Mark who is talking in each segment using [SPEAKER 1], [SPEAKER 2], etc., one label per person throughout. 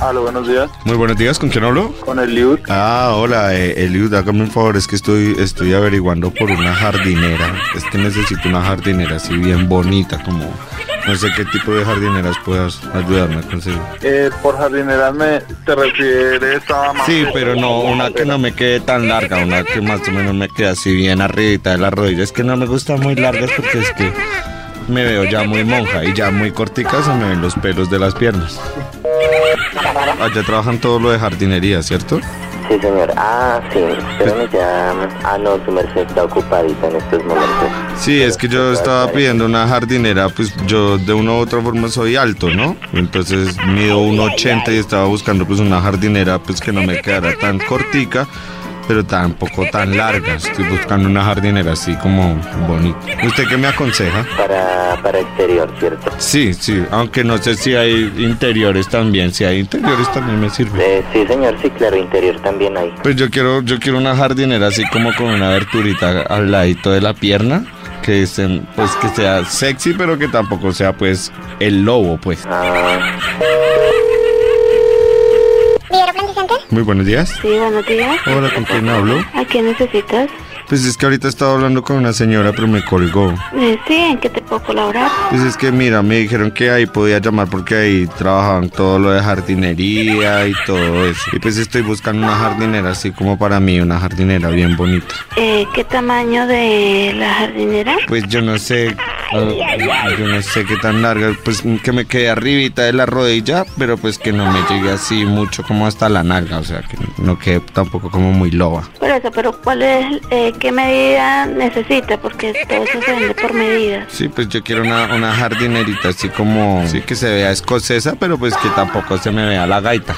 [SPEAKER 1] Aló, buenos días.
[SPEAKER 2] Muy buenos días, ¿con quién hablo?
[SPEAKER 1] Con el Liud.
[SPEAKER 2] Ah, hola, eh, Eliud, hágame un favor, es que estoy, estoy averiguando por una jardinera. Es que necesito una jardinera así bien bonita, como no sé qué tipo de jardineras puedas ayudarme a conseguir.
[SPEAKER 1] Eh, por jardinera me te refieres a más
[SPEAKER 2] Sí, pero no, una que no me quede tan larga, una que más o menos me quede así bien arribita de las rodillas. Es que no me gustan muy largas porque es que me veo ya muy monja y ya muy cortica se me ven los pelos de las piernas. Allá trabajan todo lo de jardinería, ¿cierto?
[SPEAKER 3] Sí, señor. Ah, sí. Espérame ya. Ah, no, su merced está ocupadita en estos momentos.
[SPEAKER 2] Sí, es que yo estaba pidiendo una jardinera, pues yo de una u otra forma soy alto, ¿no? Entonces mido 1,80 y estaba buscando pues una jardinera pues que no me quedara tan cortica, pero tampoco tan larga. Estoy buscando una jardinera así como bonita. ¿Usted qué me aconseja?
[SPEAKER 3] Para, para exterior, ¿cierto?
[SPEAKER 2] Sí, sí, aunque no sé si hay interiores también, si hay interiores también me sirve.
[SPEAKER 3] Eh, sí, señor. Sí, claro. Interior también hay.
[SPEAKER 2] Pues yo quiero, yo quiero una jardinera así como con una aberturita al ladito de la pierna. Que, estén, pues, que sea sexy, pero que tampoco sea pues el lobo, pues.
[SPEAKER 3] Ah,
[SPEAKER 4] ¿Vivero Blanquicenter?
[SPEAKER 2] Muy buenos días.
[SPEAKER 5] Sí, buenos días.
[SPEAKER 2] Hola, ¿con quién hablo?
[SPEAKER 5] ¿A qué necesitas?
[SPEAKER 2] Pues es que ahorita estaba hablando con una señora, pero me colgó.
[SPEAKER 5] Eh, sí, ¿en qué te puedo colaborar?
[SPEAKER 2] Pues es que mira, me dijeron que ahí podía llamar porque ahí trabajaban todo lo de jardinería y todo eso. Y pues estoy buscando una jardinera así como para mí, una jardinera bien bonita.
[SPEAKER 5] Eh, ¿Qué tamaño de la jardinera?
[SPEAKER 2] Pues yo no sé, ah, yo no sé qué tan larga, pues que me quede arribita de la rodilla, pero pues que no me llegue así mucho como hasta la nalga, o sea, que no quede tampoco como muy loba.
[SPEAKER 5] Por eso, pero ¿cuál es, eh, qué medida necesita? Porque todo eso se vende por medidas.
[SPEAKER 2] Sí, pues yo quiero una, una jardinerita así como, sí, que se vea escocesa, pero pues que tampoco se me vea la gaita.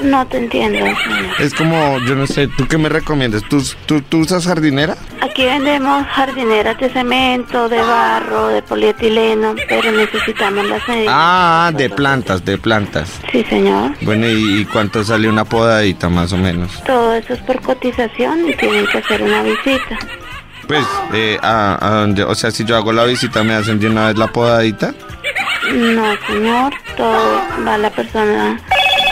[SPEAKER 5] No te entiendo, señor.
[SPEAKER 2] Es como, yo no sé, ¿tú qué me recomiendas? ¿Tú, tú, tú usas jardinera?
[SPEAKER 5] Aquí vendemos jardineras de cemento, de barro, de polietileno, pero necesitamos las medidas.
[SPEAKER 2] Ah, de plantas, de plantas.
[SPEAKER 5] Sí, señor.
[SPEAKER 2] Bueno, ¿y, y cuánto sale una podadita más o menos?
[SPEAKER 5] Todo eso es por cotización y tienen que hacer una visita.
[SPEAKER 2] Pues, eh, a- a donde- o sea, si yo hago la visita, ¿me hacen de una vez la podadita?
[SPEAKER 5] No, señor, todo va la persona,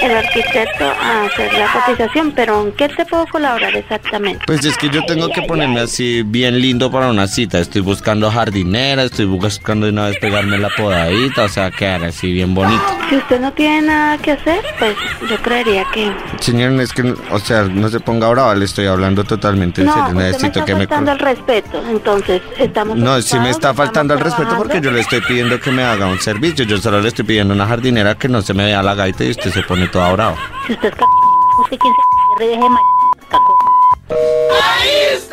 [SPEAKER 5] el arquitecto a hacer la cotización, pero ¿en qué te puedo colaborar exactamente?
[SPEAKER 2] Pues es que yo tengo que ponerme así bien lindo para una cita. Estoy buscando jardinera, estoy buscando de una vez pegarme la podadita, o sea, quedar así bien bonito.
[SPEAKER 5] Si usted no tiene nada que hacer, pues yo creería que...
[SPEAKER 2] Señor, es que, o sea, no se ponga brava, le estoy hablando totalmente en
[SPEAKER 5] No,
[SPEAKER 2] serio.
[SPEAKER 5] usted me
[SPEAKER 2] Necesito
[SPEAKER 5] está
[SPEAKER 2] que me... col-
[SPEAKER 5] faltando el respeto, entonces estamos...
[SPEAKER 2] No, si me está
[SPEAKER 5] ocupados, estamos
[SPEAKER 2] faltando el respeto porque yo le estoy pidiendo que me haga un servicio. Yo solo le estoy pidiendo una jardinera que no se me vea la gaita y usted se pone toda brava.
[SPEAKER 4] Si usted es c... usted quien se c... deje de m...